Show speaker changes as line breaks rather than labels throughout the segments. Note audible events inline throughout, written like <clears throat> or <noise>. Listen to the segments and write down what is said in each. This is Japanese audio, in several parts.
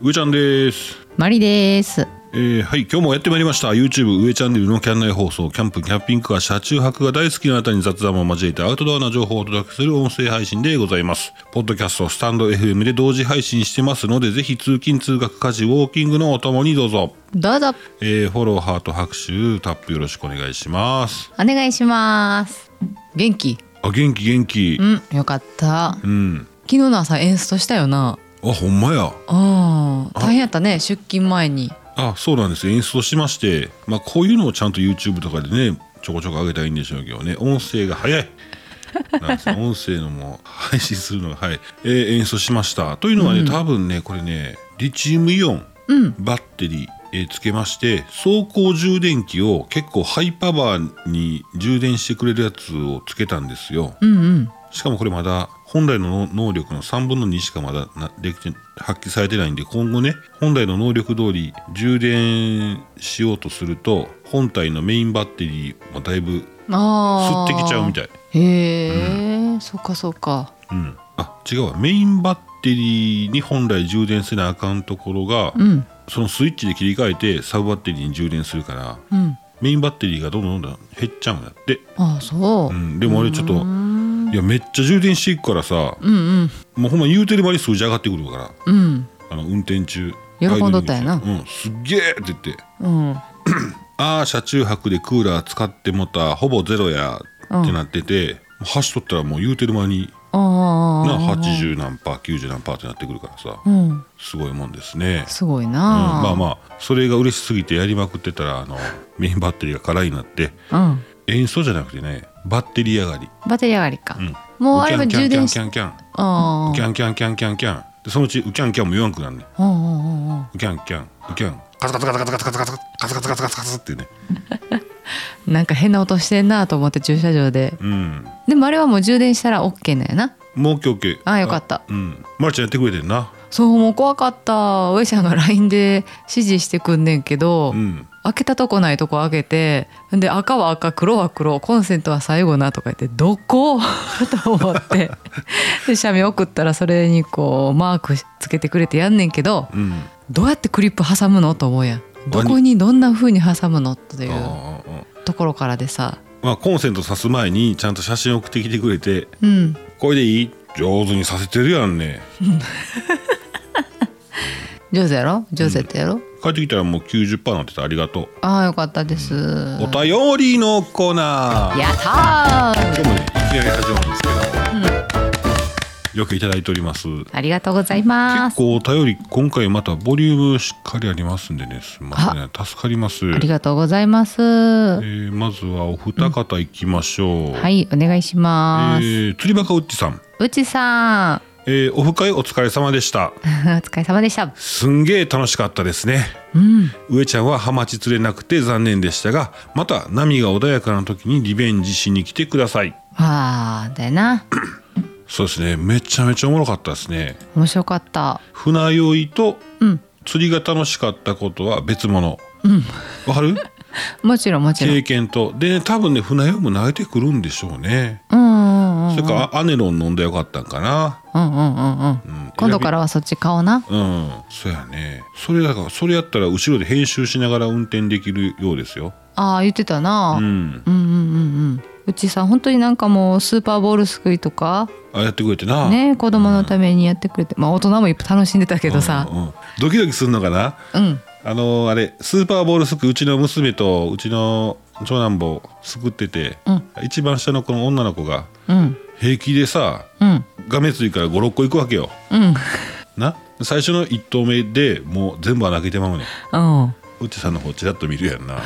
うーちゃんです
マリです。
えーはい今日もやってまいりました YouTube 上チャンネルのキャン内放送キャンプキャンピングカー車中泊が大好きなあなたに雑談を交えてアウトドアな情報をお届けする音声配信でございますポッドキャストスタンド FM で同時配信してますのでぜひ通勤通学家事ウォーキングのお供にどうぞ、
どうぞ
えーフォローハート拍手タップよろしくお願いします
お願いします。元気？
あ元気元気
うん、よかった。昨
うん
日の朝エンストしたよな。
あほんまや
うん、大変やったね。出勤前に。
あそうなんです演出をしまして、まあ、こういうのをちゃんと YouTube とかでねちょこちょこ上げたらいいんでしょうけどね音声が早いなんですよ音声のもう配信するのがはい、えー、演奏しましたというのはね、多分ねこれねリチウムイオンバッテリー、えーつけまして走行充電器を結構ハイパワーに充電してくれるやつをつけたんですよ、
うんうん。
しかもこれまだ本来の能能力の3分の2しかまだなできて発揮されてないんで今後ね本来の能力通り充電しようとすると本体のメインバッテリーもだいぶ吸
ああ。
ってきちゃうみたい。
い。へえ、そっかそっか。
うん、あ違うわメインバッテリーに本来充電せなあかんところが、
うん
そのスイッチで切り替えてサブバッテリーに充電するから
うん。
メインバッテリーがどんどんどんどん減っちゃうんだって、
ああそうう。
ん、でもあれちょっといやめっちゃ充電していくからさ
うんうん
もうほんま言うてる間に数字上がってくるから
うん
あの運転中
喜んどったんやな
うん、すっげえって言って
うん。
ああ車中泊でクーラー使ってもたほぼゼロやってなってて、もう走っとったらもう言うてる間に
ああ。
な。80何パー90何パーってなってくるからさ
うん。
すごいもんですね、
すごい
うん、
な。
まあまあそれが嬉しすぎてやりまくってたらあのメインバッテリーが空になって
あ。うん。
演奏じゃなくてねバッテリー上がり、
バッテリー上がりか。
うん、
もうあれは
ウキャ
充
ンキャン
電
キ
し。
ャンキャン
ああ
キ。ャンキャンキャンキャンキャンでそのうちウキャンキャンも弱くなんねん
うんうんうんうん。
ウキャンキャンウキャンカツカツカツカツカツカツカツカツカツカツカツカツってね
なんか変な音してんなと思って駐車場で
うん
でもあれはもう充電したら OK なんやな
もう OKOK
あよかった
うんまるちゃんやってくれてんな
そうもう怖かった上ちゃんが LINE で指示してくんねんけど、
うん
開けたとこないとこ開けてで赤は赤黒は黒コンセントは最後なとか言ってどこ <laughs> と思ってで写メ送ったらそれにこうマークつけてくれてやんねんけど
うん
どうやってクリップ挟むのと思うやんどこにどんな風に挟むのっていう
ああああ
ところからでさ
まあコンセント挿す前にちゃんと写真送ってきてくれて
うん
これでいい上手にさせてるやん
<laughs>
ね
上手やろ上手やったやろ、
帰ってきたらもう90%なってたありがとう
ああよかったです。
お便りのコーナー
やったー。
今日もねいきなり始まるんですけどよくいただいております
ありがとうございま
結
す。
構お便り今回またボリュームしっかりありますんでねすみません助かります
ありがとうございます。は
えーまずはお二方行きましょう、
い、お願いしま
え
す。
ー釣りバカウッチさん、
うちさん、 <laughs>
えーオフ会お疲れ様でした
お疲れ様でした。
すんげえ楽しかったですね
うん、
上ちゃんはハマチ釣れなくて残念でしたがまた波が穏やかな時にリベンジしに来てください
あーだよな。
そうですねめちゃめちゃおもろかったですね
面白かった。
船酔いと
うん、
釣りが楽しかったことは別物わかる
もちろんもちろん。う
経
ん
験とで、ね、多分ね船酔いも慣れてくるんでしょうね
うんうん
それからアネロン飲んでよかったんかな
うんうんうんうん
うん
今度からはそっち買おうな。
うん、そうやね。それだから、それやったら後ろで編集しながら運転できるようですよ。
ああ言ってたな。
う
うん
ん、
うんうんうん。うちさん本当になんかもうスーパーボールすくいとか
あ、やってくれてな。
ね子供のためにやってくれて、まあ大人もいっぱい楽しんでたけ
うん、
どさ、
うんドキドキするのかな。
うん、
あのーあれ、スーパーボールすくうちの娘とうちの長男坊すくってて、
うん
一番下のこの女の子が
うん、
平気でさ、
うん、
画面ついから5、6個いくわけよ。
うん、
な、最初の1投目でもう全部穴開けてまうねん。
うん、
うっちさんの方ちらっと見るやんな。 <laughs> い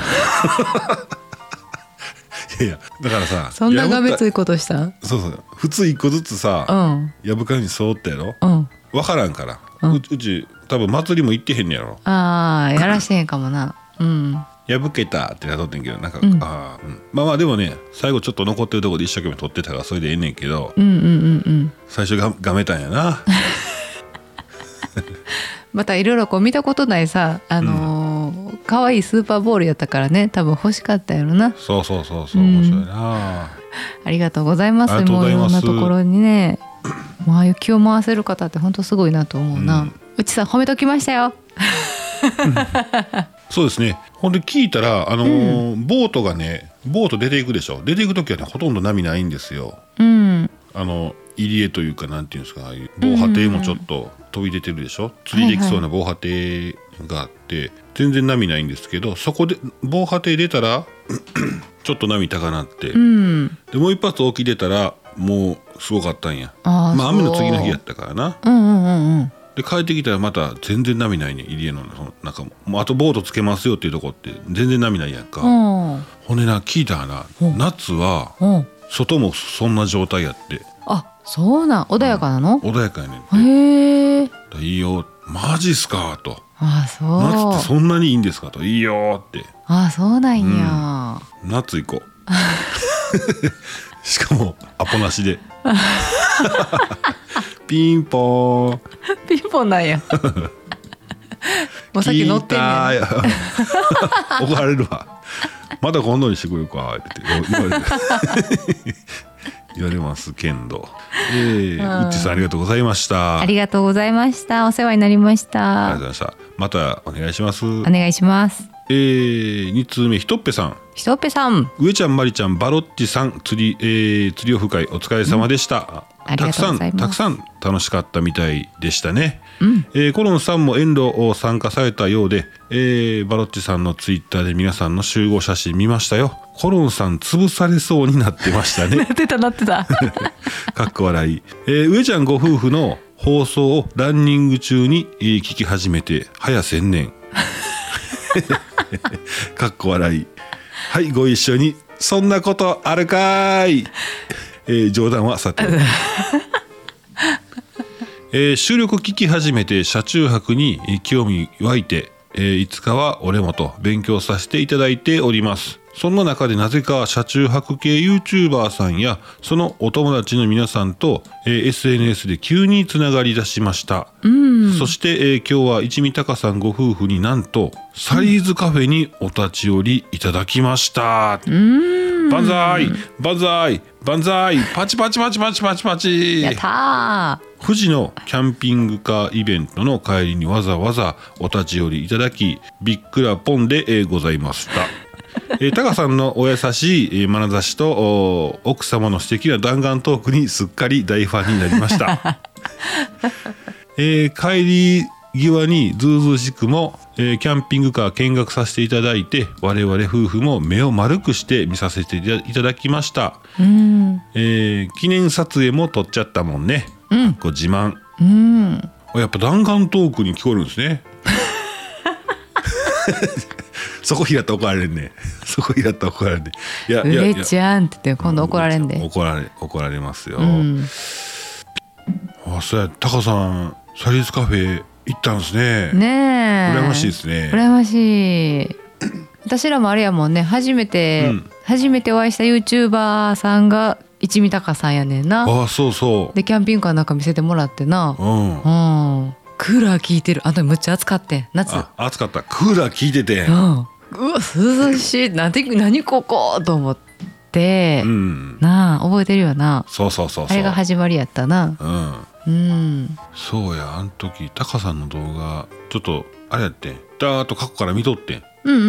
やいや、だからさ、
そんながめ
破った
ついことした？
そうそう普通一個ずつ
う
さ
ん、
やぶかにそうったやろ
うん、
分からんから、う
うん
うち多分祭りも行ってへんねやろ
ああやらしてへんかもな、うん、
破けたってなっとってんけどなんか、
うん
あーうんまあまあでもね最後ちょっと残ってるとこで一生懸命撮ってたからそれでええねんけど
うんうんうんうん。
最初ががめたんや
<laughs>
な
またいろいろこう見たことないさ、あのー可愛いスーパーボールやったからね、多分欲しかったやろな。
そうそうそうそう
うん
面白いな、
ありがとうございます。
ありがとうございます
もういろんなところにね、もうああいう気を回せる方って本当すごいなと思う
う
な。
ん
うちさん褒めときましたよ
そうですねほんで聞いたらあのーボートがねボート出ていくでしょ出ていく時はねほとんど波ないんですよ
うん
あの入り江というかなんていうんですかああいう防波堤もちょっと飛び出てるでしょ、釣りできそうな防波堤があって、全然波ないんですけどそこで防波堤出たら <clears throat> ちょっと波高なって、
うん
でもう一発沖出たらもうすごかったんや
あー
まあ
そう
雨の次の日やったからな
うんうんうんうん
で帰ってきたらまた全然波ないね入り江の中ももうあとボートつけますよっていうとこって全然波ないやんか、
うん
ほんでな聞いたらな、
うん
夏は
うん
外もそんな状態やって
あそうなん穏やかなの、
穏やかやねん
へえ
だいいよマジっすかと
あそう
夏ってそんなにいいんですかといいよって
あそうなんや、
夏行こ
<laughs>
うしかもアポなしでピンポーン
ピンポンなんやもうさっき乗ってんねん
聞いたー怒られるわまだ今度にしてくれるかって言われて言われますけんどえー、うっちさんありがとうございました
ありがとうございましたお世話になりまし
ありがとうご
た
ざいましたまたお願いします
お願いします
えー、2通目ひとっぺさん
ひとっぺさん
上ちゃんまりちゃんバロッチさん釣り、えー、釣りオフ会お疲れ様でした、
あり
た
が
く
とう
さ
ご
ん
ざいます
たくさん楽しかったみたいでしたね、えーコロンさんも遠路を参加されたようで、えーバロッチさんのツイッターで皆さんの集合写真見ましたよコロンさん潰されそうになってましたね
なってたなってた
<laughs> かっこ笑い、えー上ちゃんご夫婦の放送をランニング中に、えー聞き始めて早千年 <laughs> かっこ笑いはいご一緒にそんなことあるかーい、えー冗談はさておきえー収録聞き始めて車中泊にえー興味湧いて、えーいつかは俺もと勉強させていただいておりますそんな中でなぜか車中泊系 YouTuber さんやそのお友達の皆さんと、えー SNS で急につながり出しました、そして、えー今日は一味高さんご夫婦になんとサイズカフェにお立ち寄りいただきました、バンザーイバンザーイバンザーイパチパチパチパチパチパチ
<laughs> やった
富士のキャンピングカーイベントの帰りにわざわざお立ち寄りいただきびっくらポンで、えーございました。えー、タカさんのお優しいえー眼差しとお奥様の素敵な弾丸トークにすっかり大ファンになりました、えー帰り際にずうずうしくも、えーキャンピングカー見学させていただいて我々夫婦も目を丸くして見させていたいただきました
ーうん
えー記念撮影も撮っちゃったもんね、ご自慢
うん
あやっぱ弾丸トークに聞こえるんです
<laughs>
ねそこ平田怒られんねそこ平田怒られんねいや
うれちゃんって言って今度怒られんで
怒られ怒られますよ、
うん
あそうやタカさんサリーズカフェ行ったんですね
ねえ
羨ましいですね
羨ましい私らもあれやもんね初めて、
うん
初めてお会いした YouTuber さんが一味高さんやねんな
あそうそ
でキャンピングカーなんか見せてもらってな
ううん
うんクーラー効いてるあの時むっちゃ暑かってん夏
あ暑かったクーラー効いてて
うんうわ涼しいなんて何ここと思って、
うん
なあ覚えてるよな
そうそうそうそう
あれが始まりやったな
うん
うん
そうやあの時タカさんの動画ちょっとあれやってんダーッと過去から見とってん、
うんうんう
う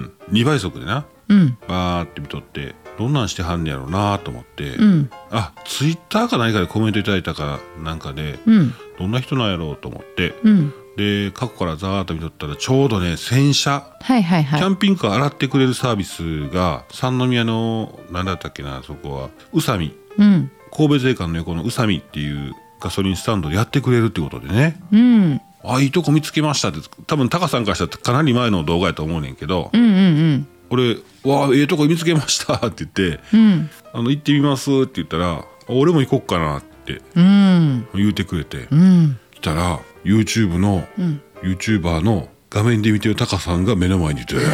んん、2倍速でな
うん
バーって見とってどんなんしてはんねやろうなと思って、
うん
あツイッターか何かでコメントいただいたかなんかで
うん
どんな人なんやろうと思って
うん
で過去からザーッと見とったらちょうどね洗車
はいはい
キ
は
ャ
い
ンピングカー洗ってくれるサービスが三宮の何だったっけなそこは宇佐美
うん
神戸税関の横の宇佐美っていうガソリンスタンドでやってくれるってことでね
うん
あいいとこ見つけましたって多分タカさんからしたらかなり前の動画やと思うねんけど、
うんうん
俺「わあええとこ見つけました」って言って
うんうん
「あの行ってみます」って言ったら「俺も行こっかな」って
うん
言うてくれて
うん
来たら YouTube の、YouTuber の画面で見てるタカさんが目の前にドゥーって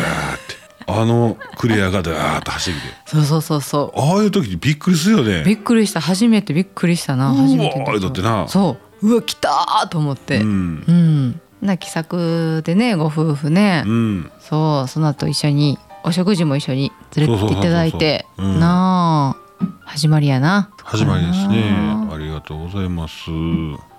あのクレアがドゥーって走ってきて
そうそうそうそ
ああいう時にびっくりするよ
うび
ね。
っくりした初めてびっくりしたな
うわー
初めての時
だってな
そううわ来たーと思って
う
うん、
ん
な気さくでねご夫婦ね、
うん
そうその後一緒にお食事も一緒に連れてっていただいて
そうそうそうそううん
なあ始まりやな
始まりですね
あー
ありがとうございます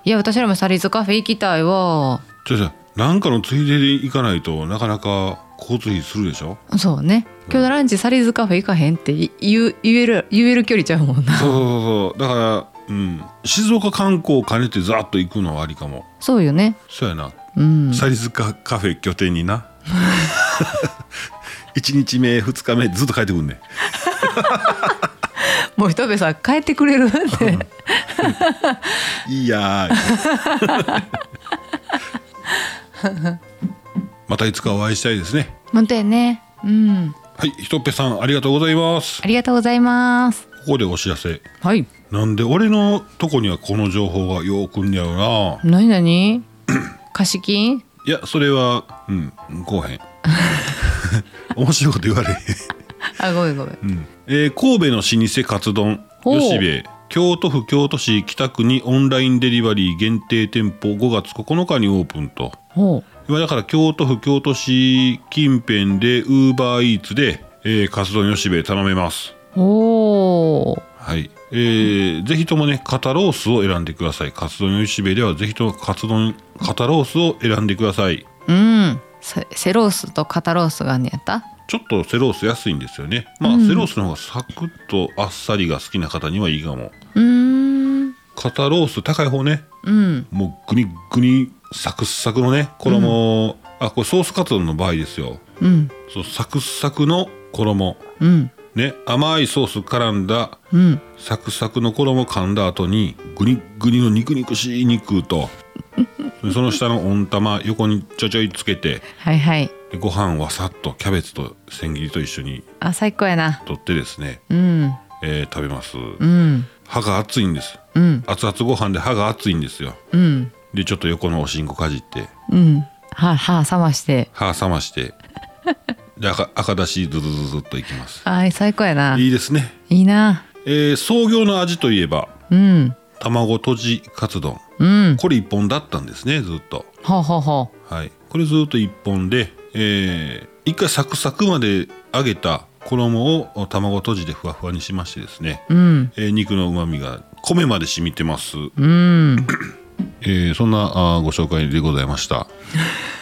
いや私らもサリーズカフェ行きたいわ
じゃあじゃあなんかのついでで行かないとなかなか交通費するでしょ
そうね今日のランチサリーズカフェ行かへんってい言う言える言える距離ちゃうもんな
そうそうそうそうだからうん静岡観光を兼ねてざっと行くのはありかも
そうよね
そうやな、
うん
サリズカカフェ拠点にな <laughs> 一日目二日目ずっと帰ってくんね
もう一部さん帰ってくれるって <laughs>
いいやー <laughs> またいつかお会いしたいですね
本当やねうん
はいひとっぺさんありがとうございます
ありがとうございます
ここでお知らせ
はい
なんで俺のとこにはこの情報がよくんねやろな
何何 <coughs> 貸し金
いやそれはうんこうへん <laughs> 面白いこと言われへん
あごめんごめん
えー神戸の老舗カツ丼
ほう
吉兵衛京都府京都市北区にオンラインデリバリー限定店舗5月9日にオープンと
ほ
今だから京都府京都市近辺でウーバーイーツで、えーカツ丼吉兵衛頼めます
うおー
はい、えーぜひともね肩ロースを選んでくださいカツ丼吉兵衛ではぜひともカツ丼肩ロースを選んでください
うんセセロースと肩ロースがあんねやった
ちょっとセロース安いんですよねまあ、セロースの方がサクッとあっさりが好きな方にはいいかも
うーん
肩ロース高い方ね
うん
もうグニグニサクッサクのね衣、あこれソースカツ丼の場合ですよ
うん
そうサクッサクの衣
うん
ね甘いソース絡んだ
うん
サクサクの衣噛んだ後にグニグニの肉肉しい肉とその下の温玉横にちょちょいつけて
はいはい
でご飯はさっとキャベツと千切りと一緒に
あ最高やな
取ってですね、
うん
えー食べます
うん
歯が熱いんです
うん
熱々ご飯で歯が熱いんですよ
うん
でちょっと横のおしんこかじって
うんはは冷まして
歯冷ましてで赤赤だしズズズズっといきます
あー最高やない
いですね、
いいな
えー創業の味といえば
うん
卵とじカツ丼
うん
これ一本だったんですねずっと
ほうほうほ
はいこれずっと一本で、えー一回サクサクまで揚げた衣を卵とじでふわふわにしましてですね、
ううん
えー肉のうまみが米まで染みてます、
うん
えーそんなあーご紹介でございました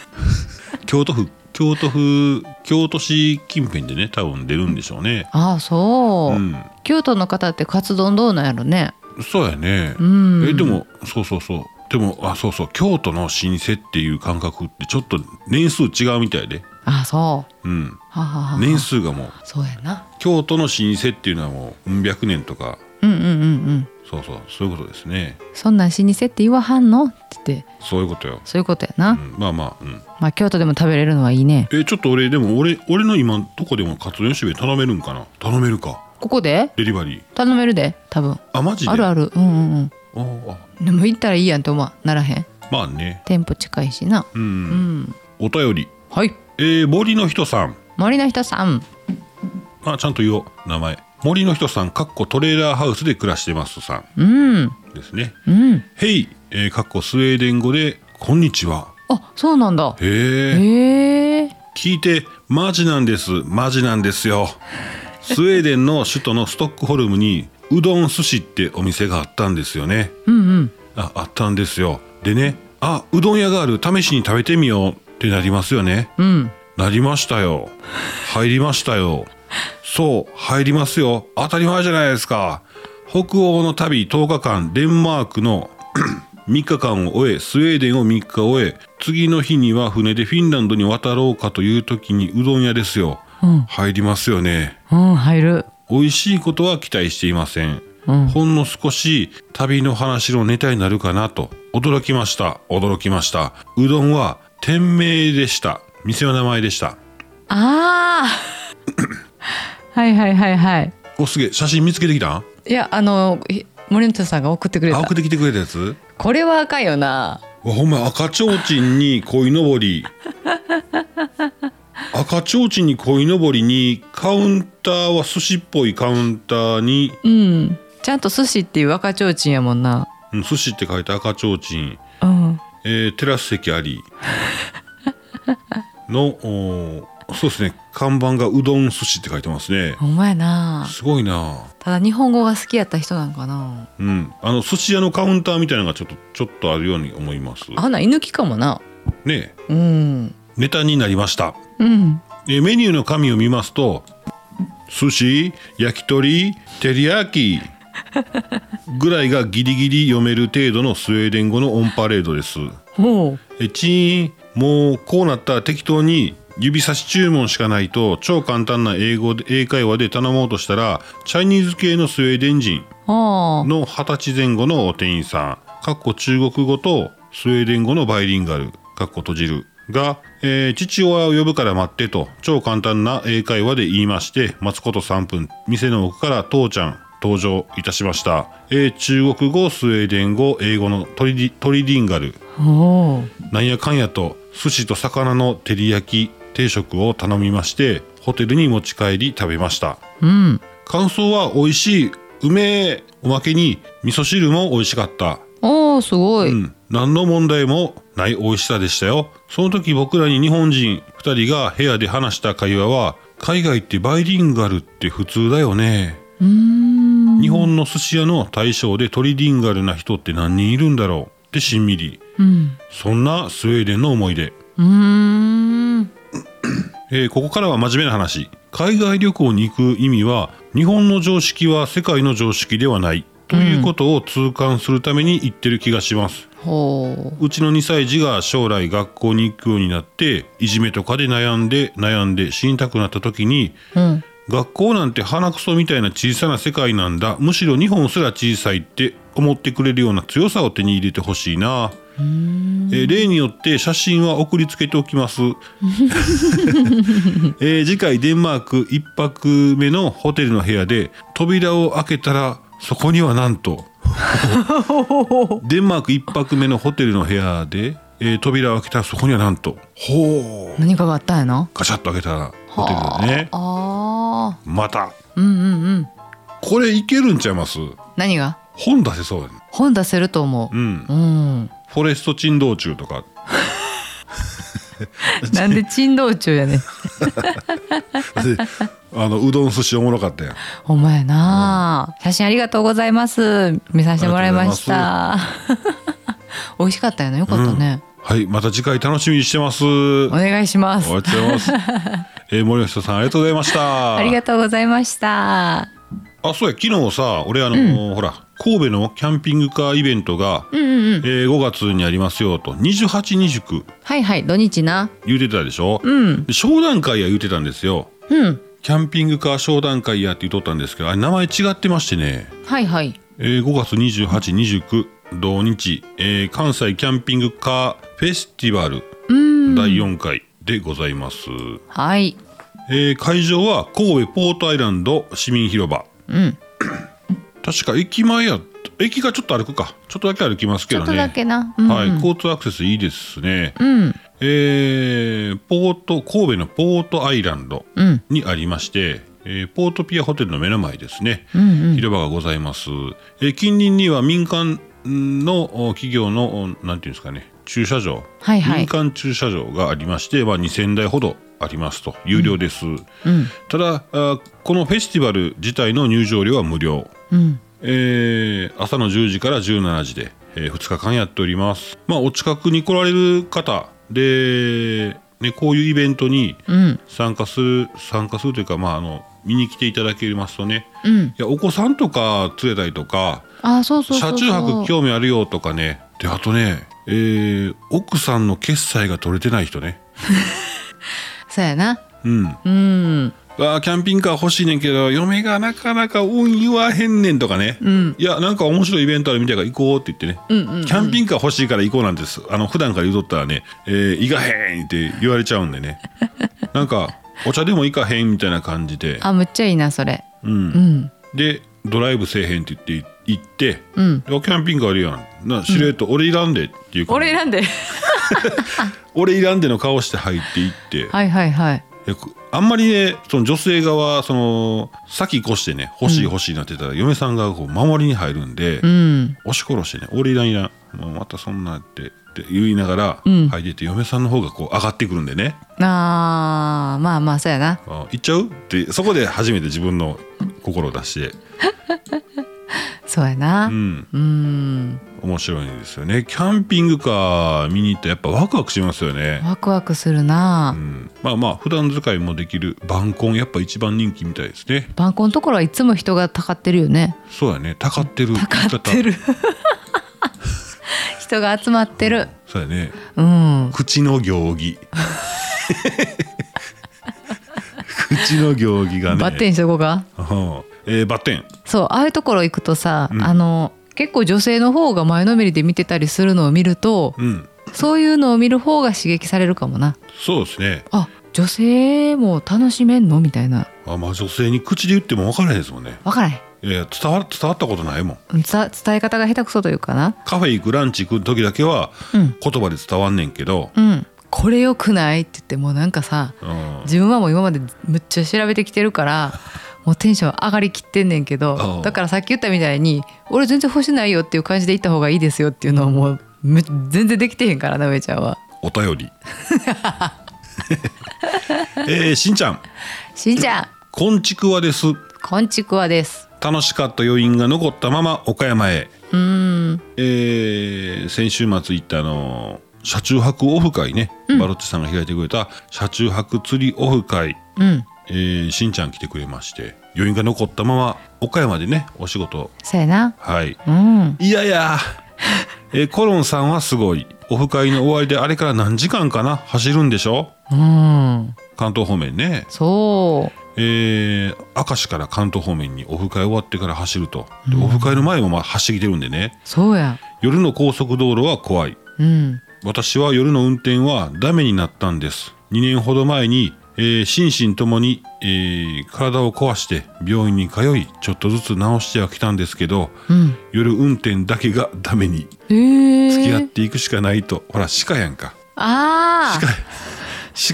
<laughs> 京都府京都府京都市近辺でね多分出るんでしょうね
ああそう、
うん
京都の方ってカツ丼どうなんやろね
そうやね、
ん
えでもそうそうそうでもあそうそう京都の老舗っていう感覚ってちょっと年数違うみたいで
ああそう
うん
はあはあはあ
年数がもう
そうやな
京都の老舗っていうのはもううん百年とか
うんうんうんうん
そうそうそういうことですね
そんなん老舗って言わはんのって言って
そういうことよ、
そういうことやな、
うん、まあまあうん
まあ京都でも食べれるのはいいね
えちょっと俺でも俺俺の今どこでもカツ丼しべ頼めるんかな頼めるか
ここで
デリバリー
頼めるで多分
あマジで
あるあるうんうん
ああ
うんでも行ったらいいやんと思わならへん
まあね
店舗近いしな
うん、
うん
お便り
はい
えー、森の人さん
森の人さん
あちゃんと言おう名前森の人さんかっこトレーラーハウスで暮らしてますさ
うん
んですね
うん
「ヘイ」えー、かっこスウェーデン語で「こんにちは
あそうなんだ」
へえ
へえ
聞いて「マジなんですマジなんですよ」スウェーデンの首都のストックホルムにうどん寿司ってお店があったんですよね
うんうん
ああったんですよでねあうどん屋がある試しに食べてみようってなりますよね
うん
なりましたよ入りましたよそう入りますよ当たり前じゃないですか北欧の旅10日間デンマークの <clears throat> 3日間を終えスウェーデンを3日終え次の日には船でフィンランドに渡ろうかという時にうどん屋ですよ、
うん
入りますよね
うん入る
美味しいことは期待していません、
うん
ほんの少し旅の話のネタになるかなと驚きました驚きましたうどんは店名でした店の名前でした
あ
<coughs>
あはいはいはいはい
おすげえ写真見つけてきたん
いやあのひ森本さんが送ってくれ
あ
た
送ってきてくれたやつ
これは赤いよな
わほんまや赤ちょうちんに鯉のぼ
<laughs>
り赤ちょうちんに鯉のぼりにカウンターは寿司っぽいカウンターに、
うんちゃんと寿司っていう赤ちょうちんやもんな
うん寿司って書いて赤ちょうちん、
うん
えーテラス席あり <laughs> のおーそうですね看板がうどん寿司って書いてますね
ほんまやな
すごいな
ただ日本語が好きやった人なんかな
うんあの寿司屋のカウンターみたいなのがちょっとちょっとあるように思います
あんなん居抜きかもな
ねえ
うん
ネタになりました
うん
えーメニューの紙を見ますと寿司焼き鳥照り焼きぐらいがギリギリ読める程度のスウェーデン語のオンパレードです
ほ
えチーンもうこうなったら適当に指差し注文しかないと超簡単な英語で英会話で頼もうとしたらチャイニーズ系のスウェーデン人
うああ
の二十歳前後の店員さんかっこ中国語とスウェーデン語のバイリンガルかっこ閉じるが、えー父親を呼ぶから待ってと超簡単な英会話で言いまして待つこと3分店の奥から父ちゃん登場いたしました、えー中国語スウェーデン語英語のトリリトリリンガル
ほう
なんやかんやと寿司と魚の照り焼き定食を頼みましてホテルに持ち帰り食べました
うん
感想は美味しいうめえおまけに味噌汁も美味しかった、
おーすごい、
うん、何の問題もない美味しさでしたよその時僕らに日本人2人が部屋で話した会話は海外ってバイリンガルって普通だよね
うーん
日本の寿司屋の大将でトリリンガルな人って何人いるんだろうってしんみり
うん
そんなスウェーデンの思い出
うーん
えーここからは真面目な話海外旅行に行く意味は日本の常識は世界の常識ではないということを痛感するために行ってる気がします、
ほ
うちの2歳児が将来学校に行くようになっていじめとかで悩んで悩んで死にたくなった時に
ううん
学校なんて鼻くそみたいな小さな世界なんだむしろ日本すら小さいって思ってくれるような強さを手に入れてほしいなえー例によって写真は送りつけておき <laughs> ます、えー次回デンマーク1泊目のホテルの部屋で扉を開けたらそこにはなん <laughs> とデンマーク1泊目のホテルの部屋で、えー扉を開けたらそこにはなんとほう
何かがあったんやな
ガチャッと開けたらホテルだね
あ
また
あうんうんうん
これいけるんちゃいます
何が
本出せそうやね
本出せると思
う
う、
ん
うん、
フォレスト珍道中
<laughs>
とか
なんで珍道中やねん
だってあのうどん寿司おもろかったやん
お前な、写真ありがとうございます見させてもらいました <laughs> 美味しかったよねよかったね、
はいまた次回楽しみにしてます
お願いします
おはようござい
<laughs>
ます。えー、森下さん、ありがとうございました。
ありがとうございました
あそうや、昨日さ、俺、あのーほら、神戸のキャンピングカーイベントが、
うんうんうん
えー5月にありますよと、28、29
はいはい土日な
言うてたでしょ。
うん
で商談会や言うてたんですよ。
うん
キャンピングカー商談会やって言うとったんですけど、あれ、名前違ってましてね、
はいはい
えー5月28、29、同日、えー関西キャンピングカーフェスティバル
うん
第4回でございます。
はい
えー会場は神戸ポートアイランド市民広場
うん
確か駅前や駅がちょっと歩くかちょっとだけ歩きますけ
ちょ
ど
っとだ
ね
けな、うんうん、
はい、交通アクセスいいですね、
うん
えーポート神戸のポートアイランド
うん
にありまして、えーポートピアホテルの目の前ですね、
うんうん
広場がございます、えー近隣には民間のお企業のおなんていうんですかね駐車場、
はいはい
民間駐車場がありまして、まあ、2000台ほどありますと有料です、
うん
ただあこのフェスティバル自体の入場料は無料、
うん
えー朝の10時から17時で、え2日間やっておりますまあお近くに来られる方で、ね、こういうイベントに
うん
参加する参加するというかまああの見に来ていただけますとね
うん
いやお子さんとか連れたりとか
あそうそうそう
車
そう
中泊興味あるよとかねであとね、えー奥さんの決済が取れてない人ね
そうやな
うん
うん
あーキャンピングカー欲しいねんけど嫁がなかなか運言わへんねんとかね、
ん
いやなんか面白いイベントあるみたいから行こうって言ってね、
うんうん
キャンピングカー欲しいから行こうなんですあの普段から言うとったらね「えー行かへん!」って言われちゃうんで
<laughs>
ねなんかお茶でも行かへんみたいな感じで、
あむっちゃいいなそれ
うん
うん
でドライブせえへんって言って行って「
うん
いやキャンピングカーあるやんなしれっと俺いらんで」っていうから
俺選んで
俺いらんでの顔して入って行って、
はいはいはい
えこあんまりねその女性側その先越してね欲しい欲しいなって言ったら、嫁さんがこう守りに入るんで、
うん
押し殺してね「俺いらんいらん」もうまたそんなってって言いながら、
うん
入ってて嫁さんの方がこう上がってくるんでね
あーまあまあそうやな
「あ行っちゃう?」ってそこで初めて自分の心を出して、
そうやな
うん、
うん
面白いんですよねキャンピングカー見に行ったらやっぱワクワクしますよね。
ワクワクする
う、
なん
まあまあ普段使いもできる晩婚やっぱ一番人気みたいですね
バンコンのところはいつも人がたかってるよね
そうやねたかってる
たかってる <laughs> 人が集まってる
そうやね
うん
口の行儀口の行儀がね
バッテンしとこうか
うんえーバッテン
そうああいうところ行くとさ、
うん
あの結構女性の方が前のめりで見てたりするのを見ると、
うん
そういうのを見る方が刺激されるかもな
そうですね
あ女性も楽しめんのみたいな
あまあ女性に口で言っても分からへんですもんね
分からへん
いやいや伝わ伝わったことないもん
うん伝伝え方が下手くそというかな
カフェ行くランチ行く時だけは
うん
言葉で伝わんねんけど、
うんこれよくないって言ってもうなんかさ
うん、
自分はもう今までむっちゃ調べてきてるからもうテンション上がりきってんねんけ
あ
ど
あ
だからさっき言ったみたいに俺全然欲しないよっていう感じで行った方がいいですよっていうのをもうむ全然できてへんからなめちゃんは。
お便
<laughs>
りえー、しんちゃん
しんちゃん
「こんちくわです」
こんちくわです。
楽しかった余韻が残ったまま岡山へ、
うーん。
えー先週末行ったあの車中泊オフ会ね、バロッチさんが開いてくれた車中泊釣りオフ会、
うん。
えーしんちゃん来てくれまして余韻が残ったまま岡山でねお仕事
そうやな。
はい
うん。
いやいや、えーコロンさんはすごいオフ会の終わりであれから何時間かな走るんでしょ
うん。
関東方面ね
そ
えー明石から関東方面にオフ会終わってから走るとでオフ会の前もまあ走ってきてるんでね、
う。そうや。
夜の高速道路は怖い
うん。
私は夜の運転はダメになったんです2年ほど前に、えー心身ともに、えー体を壊して病院に通いちょっとずつ治してはきたんですけど
うん。
夜運転だけがダメに
ええー。
付き合っていくしかないと、ほら鹿やんか
ああ。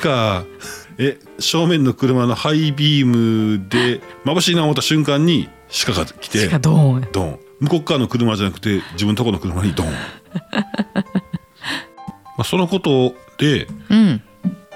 鹿え正面の車のハイビームで眩しいな思った瞬間に鹿が来て
しかドーン。
ドン向こう側の車じゃなくて自分とこの車
<laughs>
にドンまあそのことで
うん。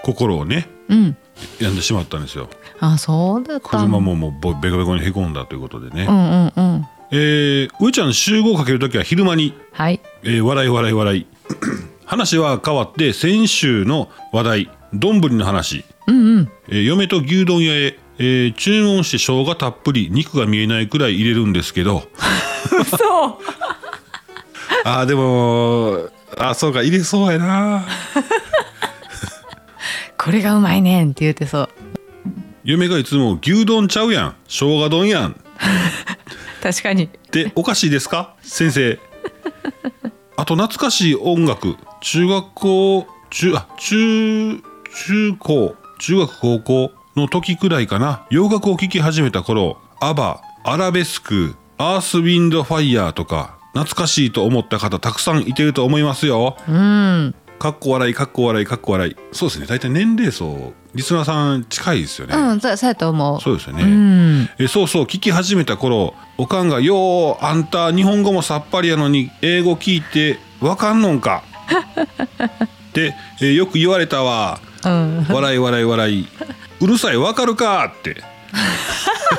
心をね
うん。
病んでしまったんですよ
あ、そうだった。
車。ももうボベコベコにへこんだということでね、
うんうんうん。
えー、上ちゃん集合かけるときは昼間に、
はい。
えー笑い笑い笑い <clears throat> 話は変わって先週の話題丼の話、
うんうん。
えー嫁と牛丼屋へ、えー注文して生姜たっぷり肉が見えないくらい入れるんですけ
<laughs>
ど
そう。
あーでもあそうか入れそうやな
<laughs> これがうまいねんって言ってそう。
嫁がいつも牛丼ちゃうやん生姜丼やん
確かに。
っておかしいですか先生あと懐かしい音楽中学校中あ中中高中学高校の時くらいかな洋楽を聴き始めた頃アバアラベスクアースウィンドファイヤーとか懐かしいと思った方たくさんいてると思いますよ
うん。
かっこ笑いかっこ笑いかっこ笑いそうですね大体年齢層リスナーさん近いですよね、
うん、そうそうやと思う。
そうですよね、
うん。
えそうそう聞き始めた頃おかんが「ようあんた日本語もさっぱりやのに英語聞いてわかんのんか」 <laughs> って、えーよく言われたわ
うん。
笑い笑い笑いうるさいわかるかって <laughs>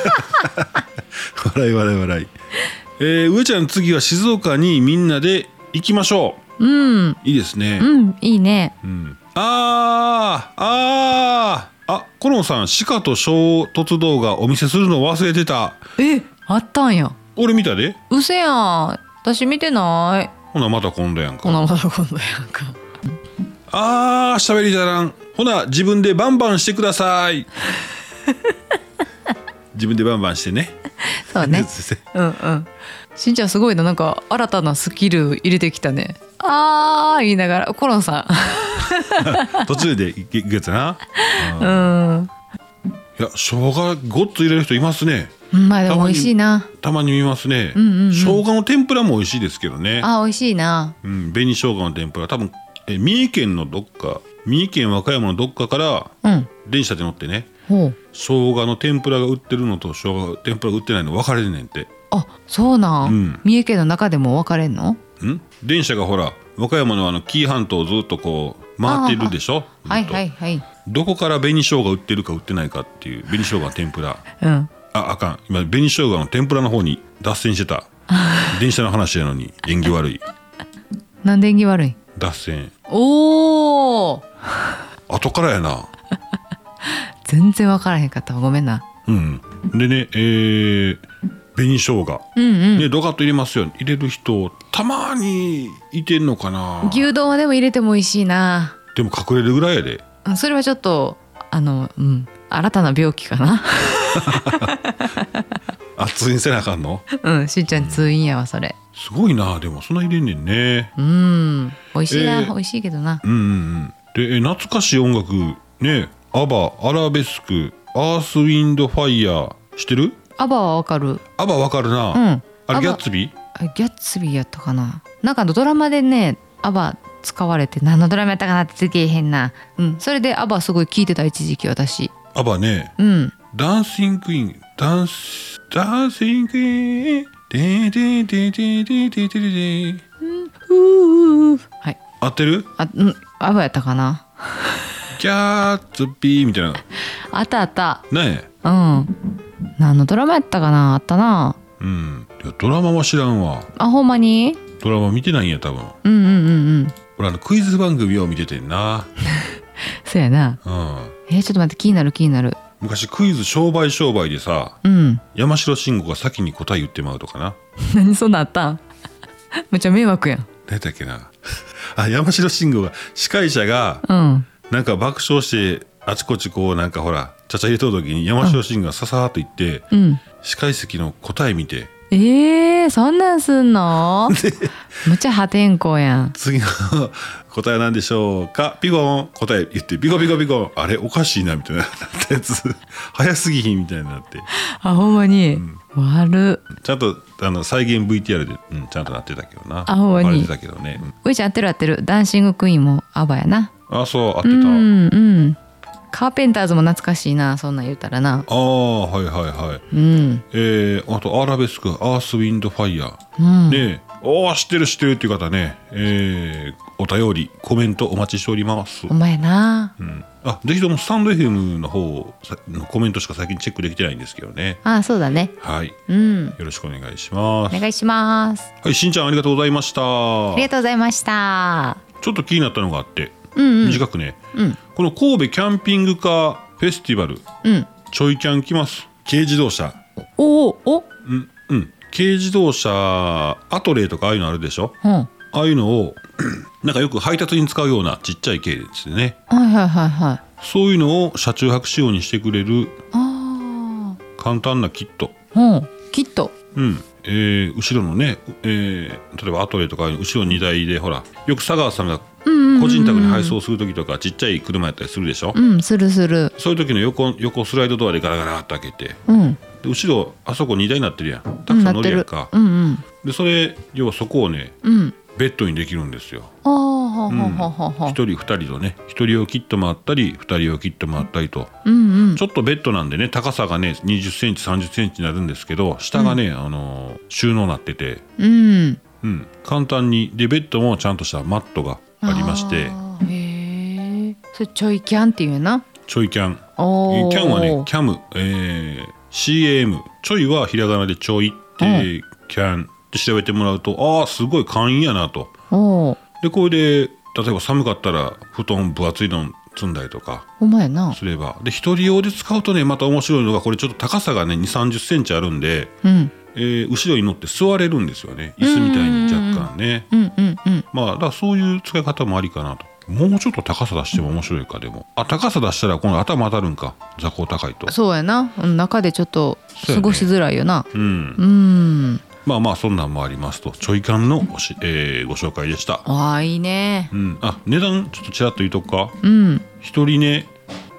笑い笑い笑い、えー上ちゃん次は静岡にみんなで行きましょ
うん。
ういいですね、
うん。いいね。
うん、あーあーあコロンさん鹿と衝突動画お見せするの忘れてた
え、あったんや。
俺見たで
うせやん。私見てない。
ほなまた今度やんか
こんなまだ今度やんか。
あーしゃべりだらんほな自分でバンバンしてください <laughs> 自分でバンバンしてね。
そうね
先生
うんうん。しんちゃんすごいな、なんか新たなスキル入れてきたね。あー言いながら、コロンさ
<laughs> 途中でいくやつな
ん。うん。
いや生姜ごっつ入れる人いますね
うんまあでも美味しいな。
たまに見ますね、
んうんうん
生姜の天ぷらも美味しいですけどね
あ、美味しいな。
うん、紅生姜の天ぷら多分え三重県のどっか三重県和歌山のどっかから
うん
電車で乗ってね
ほう
生姜の天ぷらが売ってるのと生姜天ぷらが売ってないの分かれるねんって
あそうなん、
うん
三重県の中でも分かれんの
ん電車がほら和歌山のあの紀伊半島をずっとこう回ってるでしょずっと
はいはいはい
どこから紅生姜売ってるか売ってないかっていう紅生姜の天ぷら
うん
ああかん今紅生姜の天ぷらの方に脱線して
<laughs>
た電車の話やのに縁起悪い
なんで縁起悪い
脱線
おお
後からやな
全然分からへんかったわごめんな
うんでねえー、紅生姜
うんうん
ねドカッと入れますよ入れる人たまにいてんのかな
牛丼はでも入れても美味しいな
でも隠れるぐらいやで
うんそれはちょっとあのうん新たな病気かな <laughs>
あ通院せなあかんの
うんしんちゃん通院やわそれ
すごいなでもそんな入れんねんね
うん美味しいな、
えー
美味しいけどな
うんうんうんでえ懐かしい音楽ねアバアラベスクアースウィンドファイヤー知ってる
アバはわかる
アバわかるな、
うん
あ
ア
れ
バ
ギャッツビー
あギャッツビーやったかななんかドラマでねアバ使われて何のドラマやったかなって出てけえへんなうんそれでアバすごい聞いてた一時期私
アバね
うん
ダンシングクイーンダンスダンシングクイーンででででででででで
うーはい
合ってる
あうんアバやったかな
ギャッツビーみたいな
あったあった
ねえ
うん何のドラマやったかなあったな
うんいやドラマは知らんわ
あほんまに
ドラマ見てないんや多分
うんうんうんうん
俺あのクイズ番組を見ててんな
そうやな
うん
えーちょっと待って気になる気になる
昔クイズ商売商売でさ
うん
山城慎吾が先に答え言ってまうとかな
何そんなんあった <laughs> んめっちゃ迷惑やん
何だっけなあ山城慎吾が司会者が
うん
なんか爆笑してあちこちこうなんかほらちゃちゃ入れとる時に山城慎吾がささーっと言って、
うん
司会席の答え見て
えー、そんなんすん <laughs> のむちゃ破天荒やん
次の <laughs> 答えは何でしょうかピゴン答え言ってピコピコピコンあれおかしいなみたいな <laughs> なったやつ早すぎひんみたいになって
あほんまに、悪っ
ちゃんとあの再現 VTR で、うん、ちゃんとなってたけどな
あほんまに
バレてたけどね、うん
ういちゃん合ってる合ってるダンシングクイーンもアバやな
あそう合って
う
た、
んうんカーペンターズも懐かしいなそんなん言うたらな
ああはいはいはい
うん
えー、あとアラベスクアースウィンドファイヤー、
うん
ねえおー知ってる知ってるっていう方ねえー、お便りコメントお待ちしております、
お前な
うん、あぜひともスタンド FM の方をさのコメントしか最近チェックできてないんですけどね
あそうだね
はい
うん
よろしくお願いしま
お
す
願いします
はいしんちゃんありがとうございましたち
ありが
ょ
とうございました
っと気になったのがあって、
うんうん
短くね、
うん
この神戸キャンピングカーフェスティバル
うん
ちょいキャン来ます軽自動車
おおお
うんうん軽自動車アトレイとかああいうのあるでしょ
うんはい
ああいうのを <clears throat> なんかよく配達に使うようなちっちゃい系ですね
はいはいはい
そういうのを車中泊仕様にしてくれる
あ
簡単なキット、
あうんきっと
うんえー後ろのね、えー例えばアトレとか後ろ荷台でほらよく佐川さんが個人宅に配送する時とかちっちゃい車やったりするでしょ、
うんするする
そういう時の横横スライドドアでガラガラって開けて
うん
で後ろあそこ荷台になってるやんた
う
く
ん
さ
なん
乗
って
るやん
る
か、
うんうん
でそれ要はそこをね
うん
ベッドにできるんですよ
ああほうほうほうほうほ
一
う
人二人とね一人を切って回ったり二人を切って回ったりと、
うんうん
ちょっとベッドなんでね高さがね2 0センチ3 0センチになるんですけど下がね、あのー収納なってて、
うん
うん、簡単にでベッドもちゃんとしたマットがありまして
あーへえそれちょいキャンっていうな
ちょいキャン
おー
キャンはねキャム、えー、CAM ちょいはひらがなでちょいって、キャンって調べてもらうとああすごい簡易やなと
おー
でこれで例えば寒かったら布団分厚いの積んだりとか
ほんまやな
すればで一人用で使うとねまた面白いのがこれちょっと高さがね2 3 0センチあるんで、
うん
えー後ろに乗って座れるんですよね椅子みたいに若干ね
うんうんうん
まあだからそういう使い方もありかなともうちょっと高さ出しても面白いかでもあ高さ出したらこの頭当たるんか座高高いと
そうやなうん中でちょっと
そうやね
過ごしづらいよな
うん
うん
まあまあそんなんもありますとちょい缶のおし、えーご紹介でした
ああいいね
うんあ値段ちょっとちらっと言うとくか
うん
一人ね、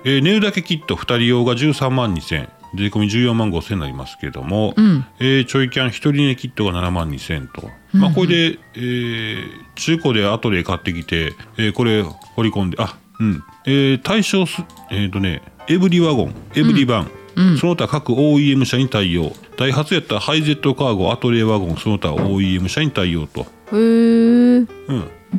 えー寝るだけキット2人用が13万2000円税込み14万5000円になりますけども、
うん
えーちょいキャン1人寝キットが7万2000円と、まあ、これで、えー中古でアトレイ買ってきて、えーこれ掘り込んであうんえー対象すえっ、とねエブリワゴンエブリバン、その他各 OEM 社に対応ダイハツやったらハイゼットカーゴアトレーワゴンその他 OEM 社に対応と、
へえ
うん、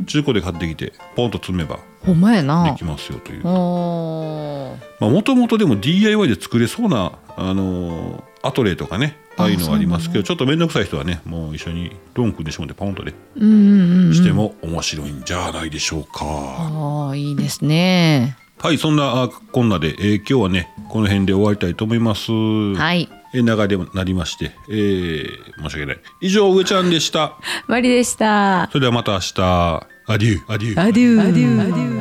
中古で買ってきてポンと積めば
ほんまや
で
な
きますよという
おー
もともとでも DIY で作れそうな、あのーアトレーとかねああいうのはありますけど、ちょっと面倒くさい人はねもう一緒にローン組んでしまってポンとね、
うんうんうん
しても面白いんじゃないでしょうか、
ああいいですね
はいそんなあこんなで、えー今日はねこの辺で終わりたいと思います、
はい
えー長でもなりまして、えー申し訳ない以上上ちゃんでした
マリでした
それではまた明日アデューアデュー
アデューアデュー